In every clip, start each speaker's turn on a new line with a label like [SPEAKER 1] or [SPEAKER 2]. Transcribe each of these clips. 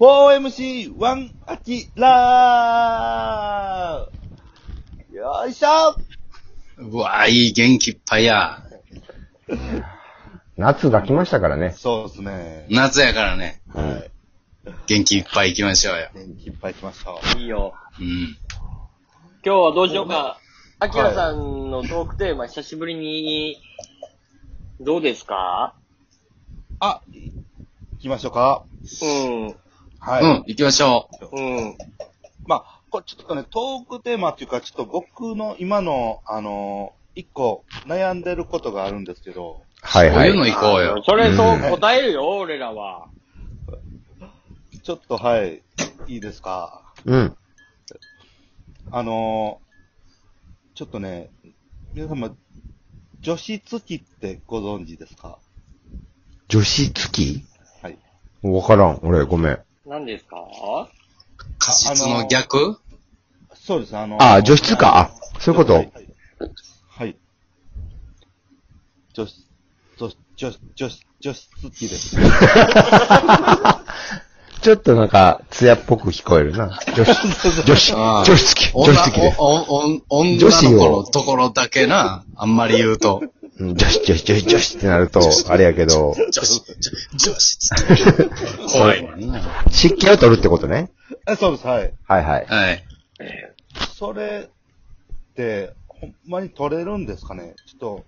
[SPEAKER 1] 4MC1 アキラーよいしょ
[SPEAKER 2] うわぁ、いい元気いっぱいや。
[SPEAKER 3] 夏が来ましたからね。
[SPEAKER 1] そうですね。
[SPEAKER 2] 夏やからね、
[SPEAKER 1] はい。
[SPEAKER 2] 元気いっぱい行きましょうよ。
[SPEAKER 1] 元気いっぱい来ました。
[SPEAKER 4] いいよ。
[SPEAKER 2] うん。
[SPEAKER 4] 今日はどうしようか。アキラさんのトークテーマ、久しぶりに、どうですか
[SPEAKER 1] あ、行きましょうか。
[SPEAKER 4] うん。
[SPEAKER 1] はい。
[SPEAKER 2] うん、行きましょ
[SPEAKER 4] うん。
[SPEAKER 1] まあ、これちょっとね、トークテーマっていうか、ちょっと僕の今の、あのー一個悩んでることがあるんですけど、
[SPEAKER 3] は
[SPEAKER 2] う。
[SPEAKER 3] い
[SPEAKER 2] こう
[SPEAKER 3] は
[SPEAKER 2] いうの
[SPEAKER 3] い。
[SPEAKER 2] 行こうよ。
[SPEAKER 4] それそう答えるよ、俺らは。
[SPEAKER 1] ちょっとはい、いいですか。
[SPEAKER 3] うん。
[SPEAKER 1] あのーちょっとね、皆様、女子付きってご存知ですか
[SPEAKER 3] 女子付き
[SPEAKER 1] はい。
[SPEAKER 3] わからん。俺、ごめん。
[SPEAKER 4] 何ですか
[SPEAKER 2] 過失の逆
[SPEAKER 1] そうです、あの
[SPEAKER 3] あ、女子か。あ、そういうこ
[SPEAKER 1] は
[SPEAKER 3] と
[SPEAKER 1] い。はい。女子、女子、女子、女子、女子付き です。
[SPEAKER 3] ちょっとなんか、艶っぽく聞こえるな。女 子、女子、
[SPEAKER 2] あ
[SPEAKER 3] 女
[SPEAKER 2] あ
[SPEAKER 3] 子付き、女子付きです。
[SPEAKER 2] おおお女
[SPEAKER 3] 女子
[SPEAKER 2] の
[SPEAKER 3] を
[SPEAKER 2] 子のところだけな、あんまり言うと。
[SPEAKER 3] うん女子、女子、女子、女子ってなると、あれやけど、
[SPEAKER 2] 女子、女女子付き。怖いねんな。
[SPEAKER 3] 湿気を取るってことね。
[SPEAKER 1] え そうです、はい。
[SPEAKER 3] はいはい。
[SPEAKER 2] はい。
[SPEAKER 1] それって、ほんまに取れるんですかねちょっと、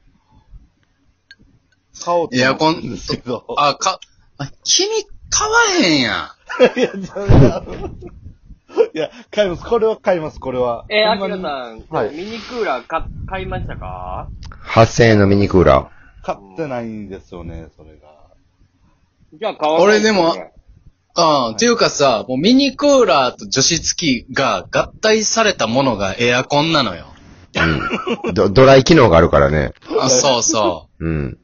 [SPEAKER 1] 顔
[SPEAKER 2] エアコン
[SPEAKER 1] ですけど。
[SPEAKER 2] あ、か、あ君、買わへんやん。
[SPEAKER 1] いや、それ はいや、買います。これは買います、これは。
[SPEAKER 4] えー、ア
[SPEAKER 1] ほ
[SPEAKER 4] キ
[SPEAKER 1] んま
[SPEAKER 4] ラ
[SPEAKER 1] に
[SPEAKER 4] さん、
[SPEAKER 1] はい
[SPEAKER 4] ミニクーラーか買いましたか
[SPEAKER 3] 8000円のミニクーラー。
[SPEAKER 1] 買ってないんですよね、それが。
[SPEAKER 4] じゃあ買わ
[SPEAKER 2] 俺でもああ、っていうかさ、もうミニクーラーと除湿機が合体されたものがエアコンなのよ。
[SPEAKER 3] うん。ドドライ機能があるからね。
[SPEAKER 2] あそうそ
[SPEAKER 3] うん。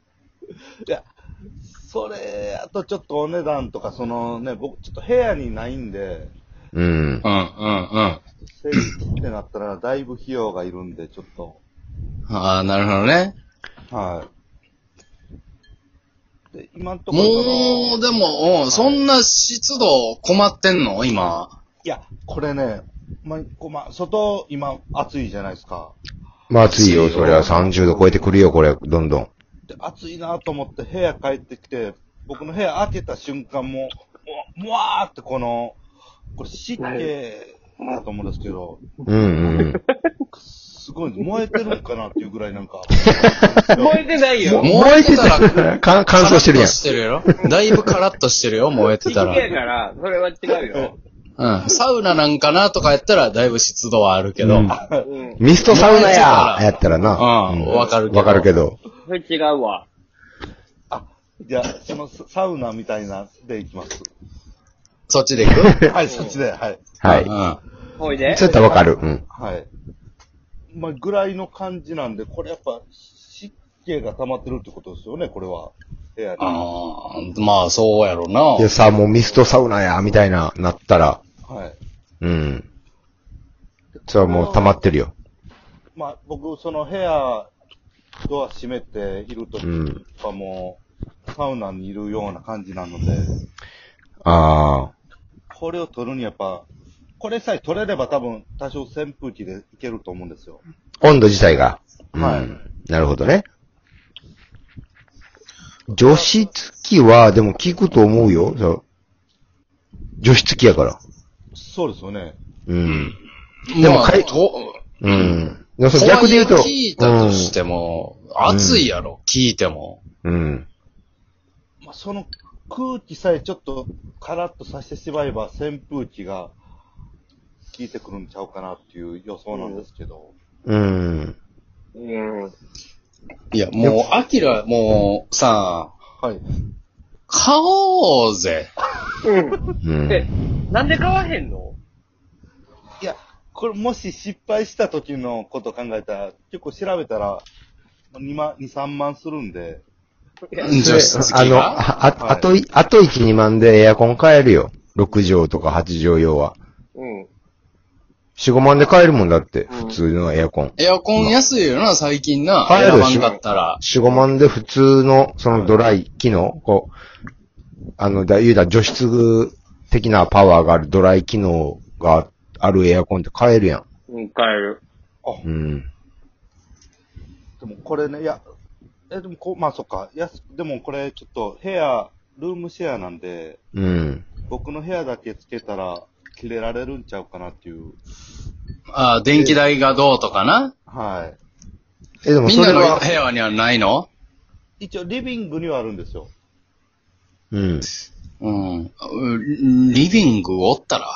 [SPEAKER 1] いや、それ、あとちょっとお値段とか、そのね、僕、ちょっと部屋にないんで、
[SPEAKER 3] うん
[SPEAKER 2] う。。うん、うん、うん。
[SPEAKER 1] 整理ってなったら、だいぶ費用がいるんで、ちょっと。
[SPEAKER 2] ああ、なるほどね。
[SPEAKER 1] はい。で、今んところ
[SPEAKER 2] も、
[SPEAKER 1] そうの、
[SPEAKER 2] でも、うん、そんな湿度困ってんの今。
[SPEAKER 1] いや、これね、ま、こうま、外、今、暑いじゃないですか。
[SPEAKER 3] まあ暑いよ、そりゃ30度超えてくるよ、これ、どんどん。
[SPEAKER 1] で、暑いなと思って部屋帰ってきて、僕の部屋開けた瞬間もう、もわーってこの、これ湿気だと思うんですけど、
[SPEAKER 3] うんうんうん。
[SPEAKER 1] すごい燃えてるんかなっていうぐらい なんか、
[SPEAKER 4] 燃えてないよ。
[SPEAKER 2] 燃えてたら、
[SPEAKER 3] ら、か乾燥してるやん
[SPEAKER 2] カラッと。してるやろだいぶカラッとしてるよ、燃えて
[SPEAKER 4] 湿気
[SPEAKER 2] たら。
[SPEAKER 4] やから、それは違うよ。
[SPEAKER 2] うん。サウナなんかなとかやったら、だいぶ湿度はあるけど。
[SPEAKER 3] う
[SPEAKER 2] うんん。
[SPEAKER 4] うん。
[SPEAKER 3] ミストサウナややったらな。
[SPEAKER 2] うんわかるけど
[SPEAKER 3] わかるけど。
[SPEAKER 4] それ違うわ。
[SPEAKER 1] あ、じゃあ、そのササウナみたいなで行きます。
[SPEAKER 2] そっちで行く
[SPEAKER 1] はい、そっちで、はい。
[SPEAKER 3] は
[SPEAKER 2] う
[SPEAKER 3] い。
[SPEAKER 2] ん。
[SPEAKER 4] ほいで。
[SPEAKER 3] ちょっとわかる。うん。
[SPEAKER 1] はい。まあ、ぐらいの感じなんで、これやっぱ湿気が溜まってるってことですよね、これは。部屋に。は
[SPEAKER 2] ああ、まあ、そうやろ
[SPEAKER 3] いや
[SPEAKER 2] な。
[SPEAKER 3] さ、もうミストサウナや、みたいな、なったら。
[SPEAKER 1] い。
[SPEAKER 3] うん。それはもう溜まってるよ。
[SPEAKER 1] まあ、僕、その部屋、ドア閉めているとき
[SPEAKER 3] うん
[SPEAKER 1] はもう、サウナにいるような感じなので、
[SPEAKER 3] あ
[SPEAKER 1] これを取るにやっぱ、これさえ取れれば多分、多少扇風機でいけると思うんですよ。
[SPEAKER 3] あ。温度自体が。うん
[SPEAKER 1] はい
[SPEAKER 3] なるほどね。除湿機は、でも効くと思うよ。そう除湿機やから。
[SPEAKER 1] そうですよね。
[SPEAKER 3] うん。
[SPEAKER 2] で
[SPEAKER 3] まあかい
[SPEAKER 2] と、
[SPEAKER 3] うん。でもそ
[SPEAKER 2] と
[SPEAKER 3] れ
[SPEAKER 2] は
[SPEAKER 3] 逆で
[SPEAKER 2] いえ
[SPEAKER 3] 言うと。
[SPEAKER 2] 聞いたとしても、暑いやろ、聞いても。
[SPEAKER 3] うん。うん。
[SPEAKER 1] まあ、その空気さえちょっと、カラッとさせてしまえば、扇風機が、効いてくるんちゃうかなっていう予想なんですけど。
[SPEAKER 3] うん。
[SPEAKER 4] うん。
[SPEAKER 2] いや、もう、アキラ、もう、さ、
[SPEAKER 1] はい。
[SPEAKER 2] 買おうぜ。
[SPEAKER 4] うん。
[SPEAKER 3] うん。
[SPEAKER 4] で、なんで買わへんの
[SPEAKER 1] いや、これもし失敗した時のこと考えたら、結構調べたら、2万、2、3万するんで、
[SPEAKER 2] 除湿機
[SPEAKER 3] あの、
[SPEAKER 2] が。
[SPEAKER 3] あ、あ
[SPEAKER 1] はい
[SPEAKER 3] あとい、あと1、2万でエアコン買えるよ。6畳とか8畳用は。
[SPEAKER 4] うん。
[SPEAKER 3] 4、5万で買えるもんだって、普通のエアコン。
[SPEAKER 2] エアコン安いよな、最近な。
[SPEAKER 3] 買え
[SPEAKER 2] エ
[SPEAKER 3] る
[SPEAKER 2] ア
[SPEAKER 3] で
[SPEAKER 2] コ
[SPEAKER 3] し
[SPEAKER 2] ン
[SPEAKER 3] ょ
[SPEAKER 2] だったら。
[SPEAKER 3] 4、5万で普通の、そのドライ機能、こう、あの、だ言うたら除湿的なパワーがあるドライ機能があるエアコンって買えるやん。
[SPEAKER 4] うん、買える。
[SPEAKER 3] うん。
[SPEAKER 1] でもこれね、いや、え、でもこう、まあそっか、やす、でもこれちょっと部屋、ルームシェアなんで、
[SPEAKER 3] うん。
[SPEAKER 1] 僕の部屋だけつけたら、切れられるんちゃうかなっていう。
[SPEAKER 2] ああ、電気代がどうとかな。
[SPEAKER 1] は
[SPEAKER 3] え、でも
[SPEAKER 2] みん
[SPEAKER 3] そ
[SPEAKER 2] な
[SPEAKER 3] れ
[SPEAKER 2] の
[SPEAKER 3] は
[SPEAKER 2] 部、屋にはないの
[SPEAKER 1] い。一応、リビングにはあるんですよ。
[SPEAKER 3] うん。
[SPEAKER 2] うん。うんリビングおったら。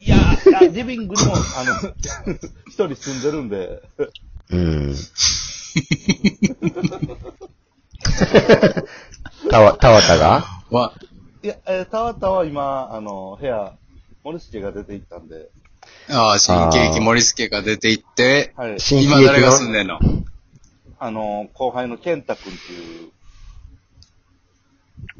[SPEAKER 1] いや、いやリビングに も、あの、一人住んでるんで、
[SPEAKER 3] うん。たわ、たわたが
[SPEAKER 2] わ、
[SPEAKER 1] いや、えー、たわたは今、あの、部屋、森助が出て行ったんで、
[SPEAKER 2] ああ、新喜劇森助が出て行って、
[SPEAKER 1] はい。
[SPEAKER 3] 新喜
[SPEAKER 2] 今
[SPEAKER 3] 劇
[SPEAKER 2] 誰が住ん
[SPEAKER 3] の、
[SPEAKER 2] でんの
[SPEAKER 1] あの、後輩の健太くんっていう、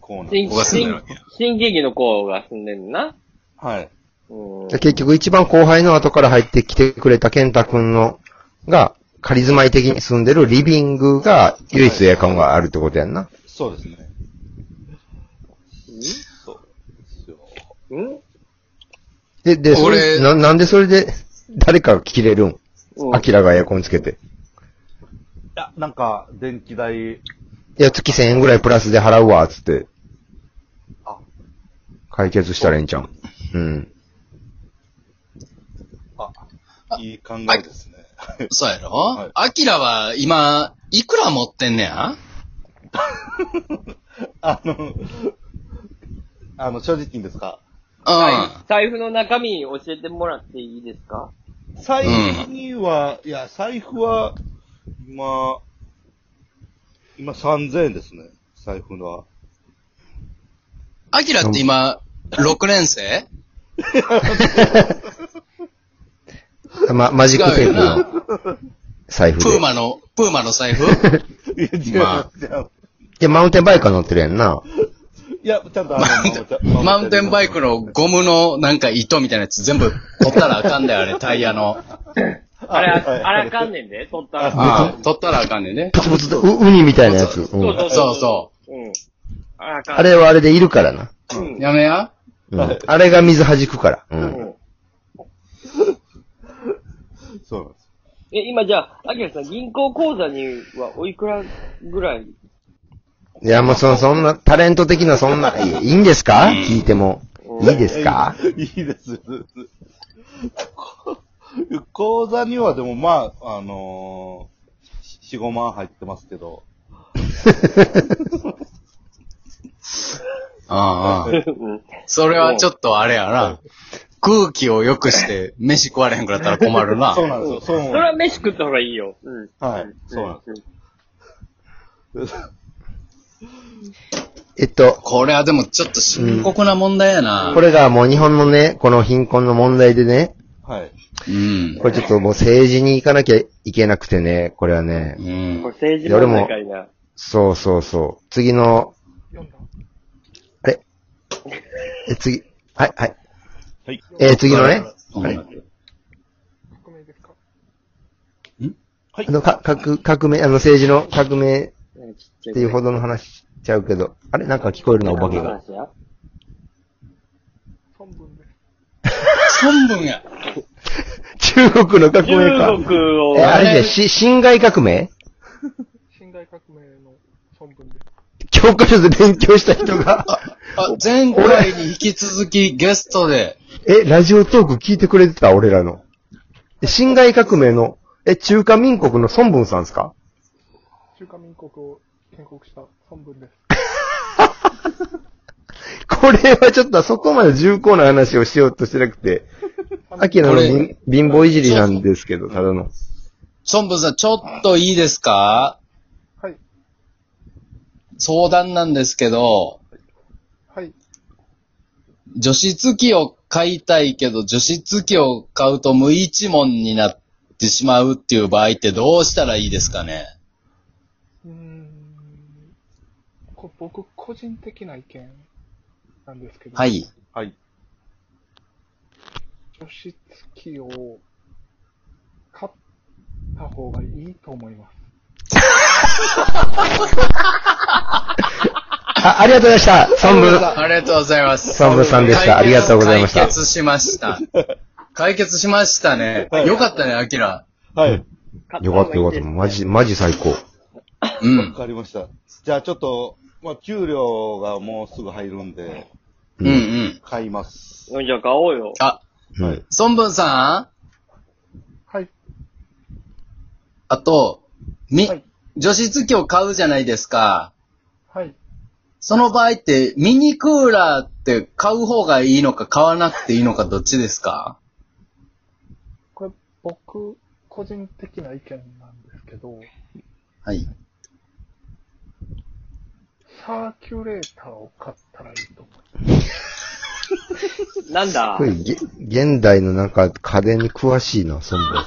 [SPEAKER 1] コーナー。
[SPEAKER 4] 新
[SPEAKER 2] こが住んでるわけや
[SPEAKER 4] 新劇の子が住んでんのな。
[SPEAKER 1] はい。
[SPEAKER 4] うん。
[SPEAKER 3] 結局一番後輩の後から入ってきてくれた健太くんの、が、仮住まい的に住んでるリビングが唯一エアコンがあるってことやんな。
[SPEAKER 1] そうですね。そうですよ。
[SPEAKER 4] うん
[SPEAKER 3] で、で、それ、
[SPEAKER 2] 俺
[SPEAKER 3] ななんでそれで、誰かが切れるん
[SPEAKER 4] うん
[SPEAKER 3] アキラがエアコンつけて。
[SPEAKER 1] いや、なんか、電気代、
[SPEAKER 3] いや、月1000円ぐらいプラスで払うわ、つって
[SPEAKER 1] あ。
[SPEAKER 3] 解決したらええんちゃうん。うん。
[SPEAKER 1] あ、いい考えですね。
[SPEAKER 2] そうやろ、
[SPEAKER 1] はい
[SPEAKER 2] アキラは今、いくら持ってんね や
[SPEAKER 1] あの、あの、正直にですか。
[SPEAKER 2] う
[SPEAKER 4] 財布の中身教えてもらっていいですか
[SPEAKER 1] 財布には、いや、財布は、今、今3000円ですね。財布のは。
[SPEAKER 2] ん。アキラって今、6年生
[SPEAKER 3] ま、マジックテープの財布
[SPEAKER 2] プ
[SPEAKER 3] で。
[SPEAKER 2] ーマの、プーマの財布
[SPEAKER 1] いや、違う、
[SPEAKER 2] ま
[SPEAKER 1] 違う。
[SPEAKER 3] で、マウンテンバイクが乗ってるやんな。
[SPEAKER 1] いや、ちゃんとあの、
[SPEAKER 2] マウンテンバイクのゴムのなんか糸みたいなやつ全部取ったらあかんで、あ れ、タイヤの。
[SPEAKER 4] あれ、
[SPEAKER 1] はい
[SPEAKER 4] あれあかんねんで、取ったらあかん。
[SPEAKER 2] ああ取ったらあかんねんね。
[SPEAKER 3] プツプツと、うウニみたいなやつ。う
[SPEAKER 4] そうそ
[SPEAKER 3] ん
[SPEAKER 4] う
[SPEAKER 2] そうそ
[SPEAKER 4] うん。あれあかん。
[SPEAKER 3] あれはあれでいるからな。
[SPEAKER 4] う
[SPEAKER 2] う。
[SPEAKER 4] ん。
[SPEAKER 2] やめや。
[SPEAKER 3] う
[SPEAKER 1] は
[SPEAKER 3] ん
[SPEAKER 1] い。
[SPEAKER 3] あれが水弾くから。う。
[SPEAKER 4] うんん。
[SPEAKER 1] そうなんです。
[SPEAKER 4] え、今じゃあ、アキラさん、銀行口座にはおいくらぐらい
[SPEAKER 3] いや、もうそ、そんな、タレント的なそんな、いいいいんですか聞いても。いいですか
[SPEAKER 1] いいです。口座にはでも、まあ、あのー、4、5万入ってますけど。
[SPEAKER 2] ああ。
[SPEAKER 4] うん。
[SPEAKER 2] それはちょっとあれやな。空気を良くして、 飯食われへんくなったら困るな。
[SPEAKER 1] そうなんですよ。そうなんで
[SPEAKER 4] そ
[SPEAKER 1] す
[SPEAKER 4] れは飯食った方がいいよ。うん。
[SPEAKER 1] はい。そうなん
[SPEAKER 4] で
[SPEAKER 1] で
[SPEAKER 4] す。
[SPEAKER 1] す。
[SPEAKER 3] えっと、
[SPEAKER 2] これはでもちょっと深刻な問題やな。
[SPEAKER 3] これがもう日本のね、この貧困の問題でね、
[SPEAKER 1] はい。
[SPEAKER 2] うん。
[SPEAKER 3] これちょっともう政治に行かなきゃいけなくてね、これはね
[SPEAKER 2] う、
[SPEAKER 4] これ
[SPEAKER 2] ん。
[SPEAKER 4] 政治問題かいな。
[SPEAKER 3] そうそうそう。次の、あれえ、次、はい、はい。
[SPEAKER 1] はい。
[SPEAKER 3] えー次のね、
[SPEAKER 2] うん
[SPEAKER 3] あれ
[SPEAKER 1] はい
[SPEAKER 3] あの、か、革、革命、あの、政治の革命っていうほ
[SPEAKER 4] ど
[SPEAKER 3] どの話しちゃうけど、あれなんか聞こえるな、お化けが。。
[SPEAKER 2] 本文や。
[SPEAKER 3] 中国の革命か。
[SPEAKER 4] 中国を
[SPEAKER 3] え、、あれじゃ、し、侵害革命
[SPEAKER 5] 侵害革命の孫文です。
[SPEAKER 3] 教科書で勉強した人が、
[SPEAKER 2] あ、前回に引き続きゲストで、
[SPEAKER 3] え、ラジオトーク聞いてくれてた俺らの。え侵害革命の、え、中華民国の孫文さんですか
[SPEAKER 5] 中華民国を建国した孫文です。
[SPEAKER 3] これはちょっとそこまで重厚な話をしようとしてなくて、アキラの貧貧乏いじりなんですけど、ただの。
[SPEAKER 2] 孫文さんちょっといいですか
[SPEAKER 5] はい。
[SPEAKER 2] 相談なんですけど、
[SPEAKER 5] はい。
[SPEAKER 2] 除湿機を買いたいけど、除湿機を買うと無一文になってしまうっていう場合ってどうしたらいいですかね
[SPEAKER 5] うーん。こ僕、個人的な意見なんですけど、
[SPEAKER 2] は。い。
[SPEAKER 1] はい。
[SPEAKER 5] 除湿機を買った方がいいと思います。
[SPEAKER 3] あ、ありがとうございました。孫文。
[SPEAKER 2] ありがとうございます。
[SPEAKER 3] 孫文さんでした。ありがとうございました。
[SPEAKER 2] 解決しま した。解決しましたね。よかったね、アキラ。
[SPEAKER 1] はい。
[SPEAKER 3] よかったよかった。マジ、マジ最高。
[SPEAKER 2] う
[SPEAKER 1] わ
[SPEAKER 2] ん。
[SPEAKER 1] かりました。じゃあちょっと、まあ、給料がもうすぐ入るんで、
[SPEAKER 2] うんうん。
[SPEAKER 1] 買います。
[SPEAKER 4] うんじゃあ買おうよ。
[SPEAKER 2] あ、
[SPEAKER 3] はい。
[SPEAKER 2] 孫文さん
[SPEAKER 5] はい。
[SPEAKER 2] あと、み、
[SPEAKER 5] はい
[SPEAKER 2] 除湿機を買うじゃないですか。
[SPEAKER 5] はい。
[SPEAKER 2] その場合って、ミニクーラーって買う方がいいのか買わなくていいのかどっちですか
[SPEAKER 5] これ、僕、個人的な意見なんですけど、
[SPEAKER 2] はい。
[SPEAKER 5] サーキュレーターを買ったらいいと思う。
[SPEAKER 4] なんだ
[SPEAKER 3] これ、げ現代のなんか家電に詳しいな、孫文。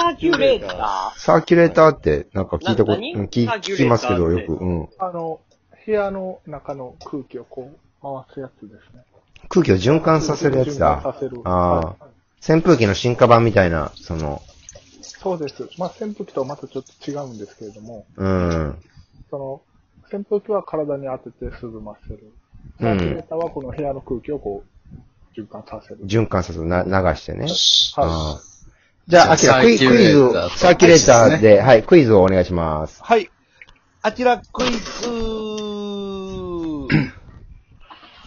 [SPEAKER 4] サーキュレータ
[SPEAKER 3] サーキュレーターって、なんか聞いたこと、う
[SPEAKER 4] な何
[SPEAKER 3] ん聞
[SPEAKER 4] サーキ
[SPEAKER 3] 聞
[SPEAKER 4] ュレーターって
[SPEAKER 3] きますけど、よく。うん。
[SPEAKER 5] あの、部屋の中の空気をこう、回すやつですね。
[SPEAKER 3] 空気を循環させるやつ
[SPEAKER 5] 循環
[SPEAKER 3] だ。
[SPEAKER 5] させる。
[SPEAKER 3] あ
[SPEAKER 5] はい
[SPEAKER 3] あ。扇風機の進化版みたいな、その、
[SPEAKER 5] そうです。まあ、扇風機とはまたちょっと違うんですけれども、
[SPEAKER 3] うん。
[SPEAKER 5] その、扇風機は体に当てて涼ませる。
[SPEAKER 3] うん
[SPEAKER 5] サーキュレーターはこの部屋の空気をこう、循環させる。
[SPEAKER 3] 循環させる、な、流してね。あ
[SPEAKER 5] は
[SPEAKER 3] あじゃあ、アキラ、クイ
[SPEAKER 2] サー
[SPEAKER 3] ク
[SPEAKER 2] キュ
[SPEAKER 3] イ
[SPEAKER 2] レ
[SPEAKER 3] ズ
[SPEAKER 2] ー
[SPEAKER 3] を
[SPEAKER 2] ター、
[SPEAKER 3] サーキュレーターで、はい、クイズをお願いします。
[SPEAKER 1] はい。あちらクイズ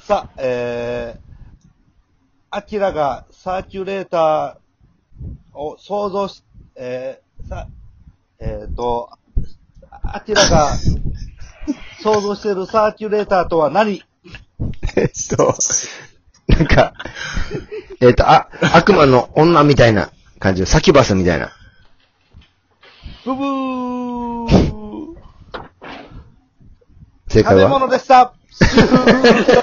[SPEAKER 1] さあ、えー、あちらがサーキュレーターを想像し、えー、さ、えっ、ー、と、あちらが想像しているサーキュレーターとは何
[SPEAKER 3] えっと、なんか、えっと、あ、悪魔の女みたいな感じの、サキュバスみたいな。
[SPEAKER 1] ブブー
[SPEAKER 3] 正
[SPEAKER 1] 食
[SPEAKER 3] 解
[SPEAKER 1] べ
[SPEAKER 3] は
[SPEAKER 1] 物でした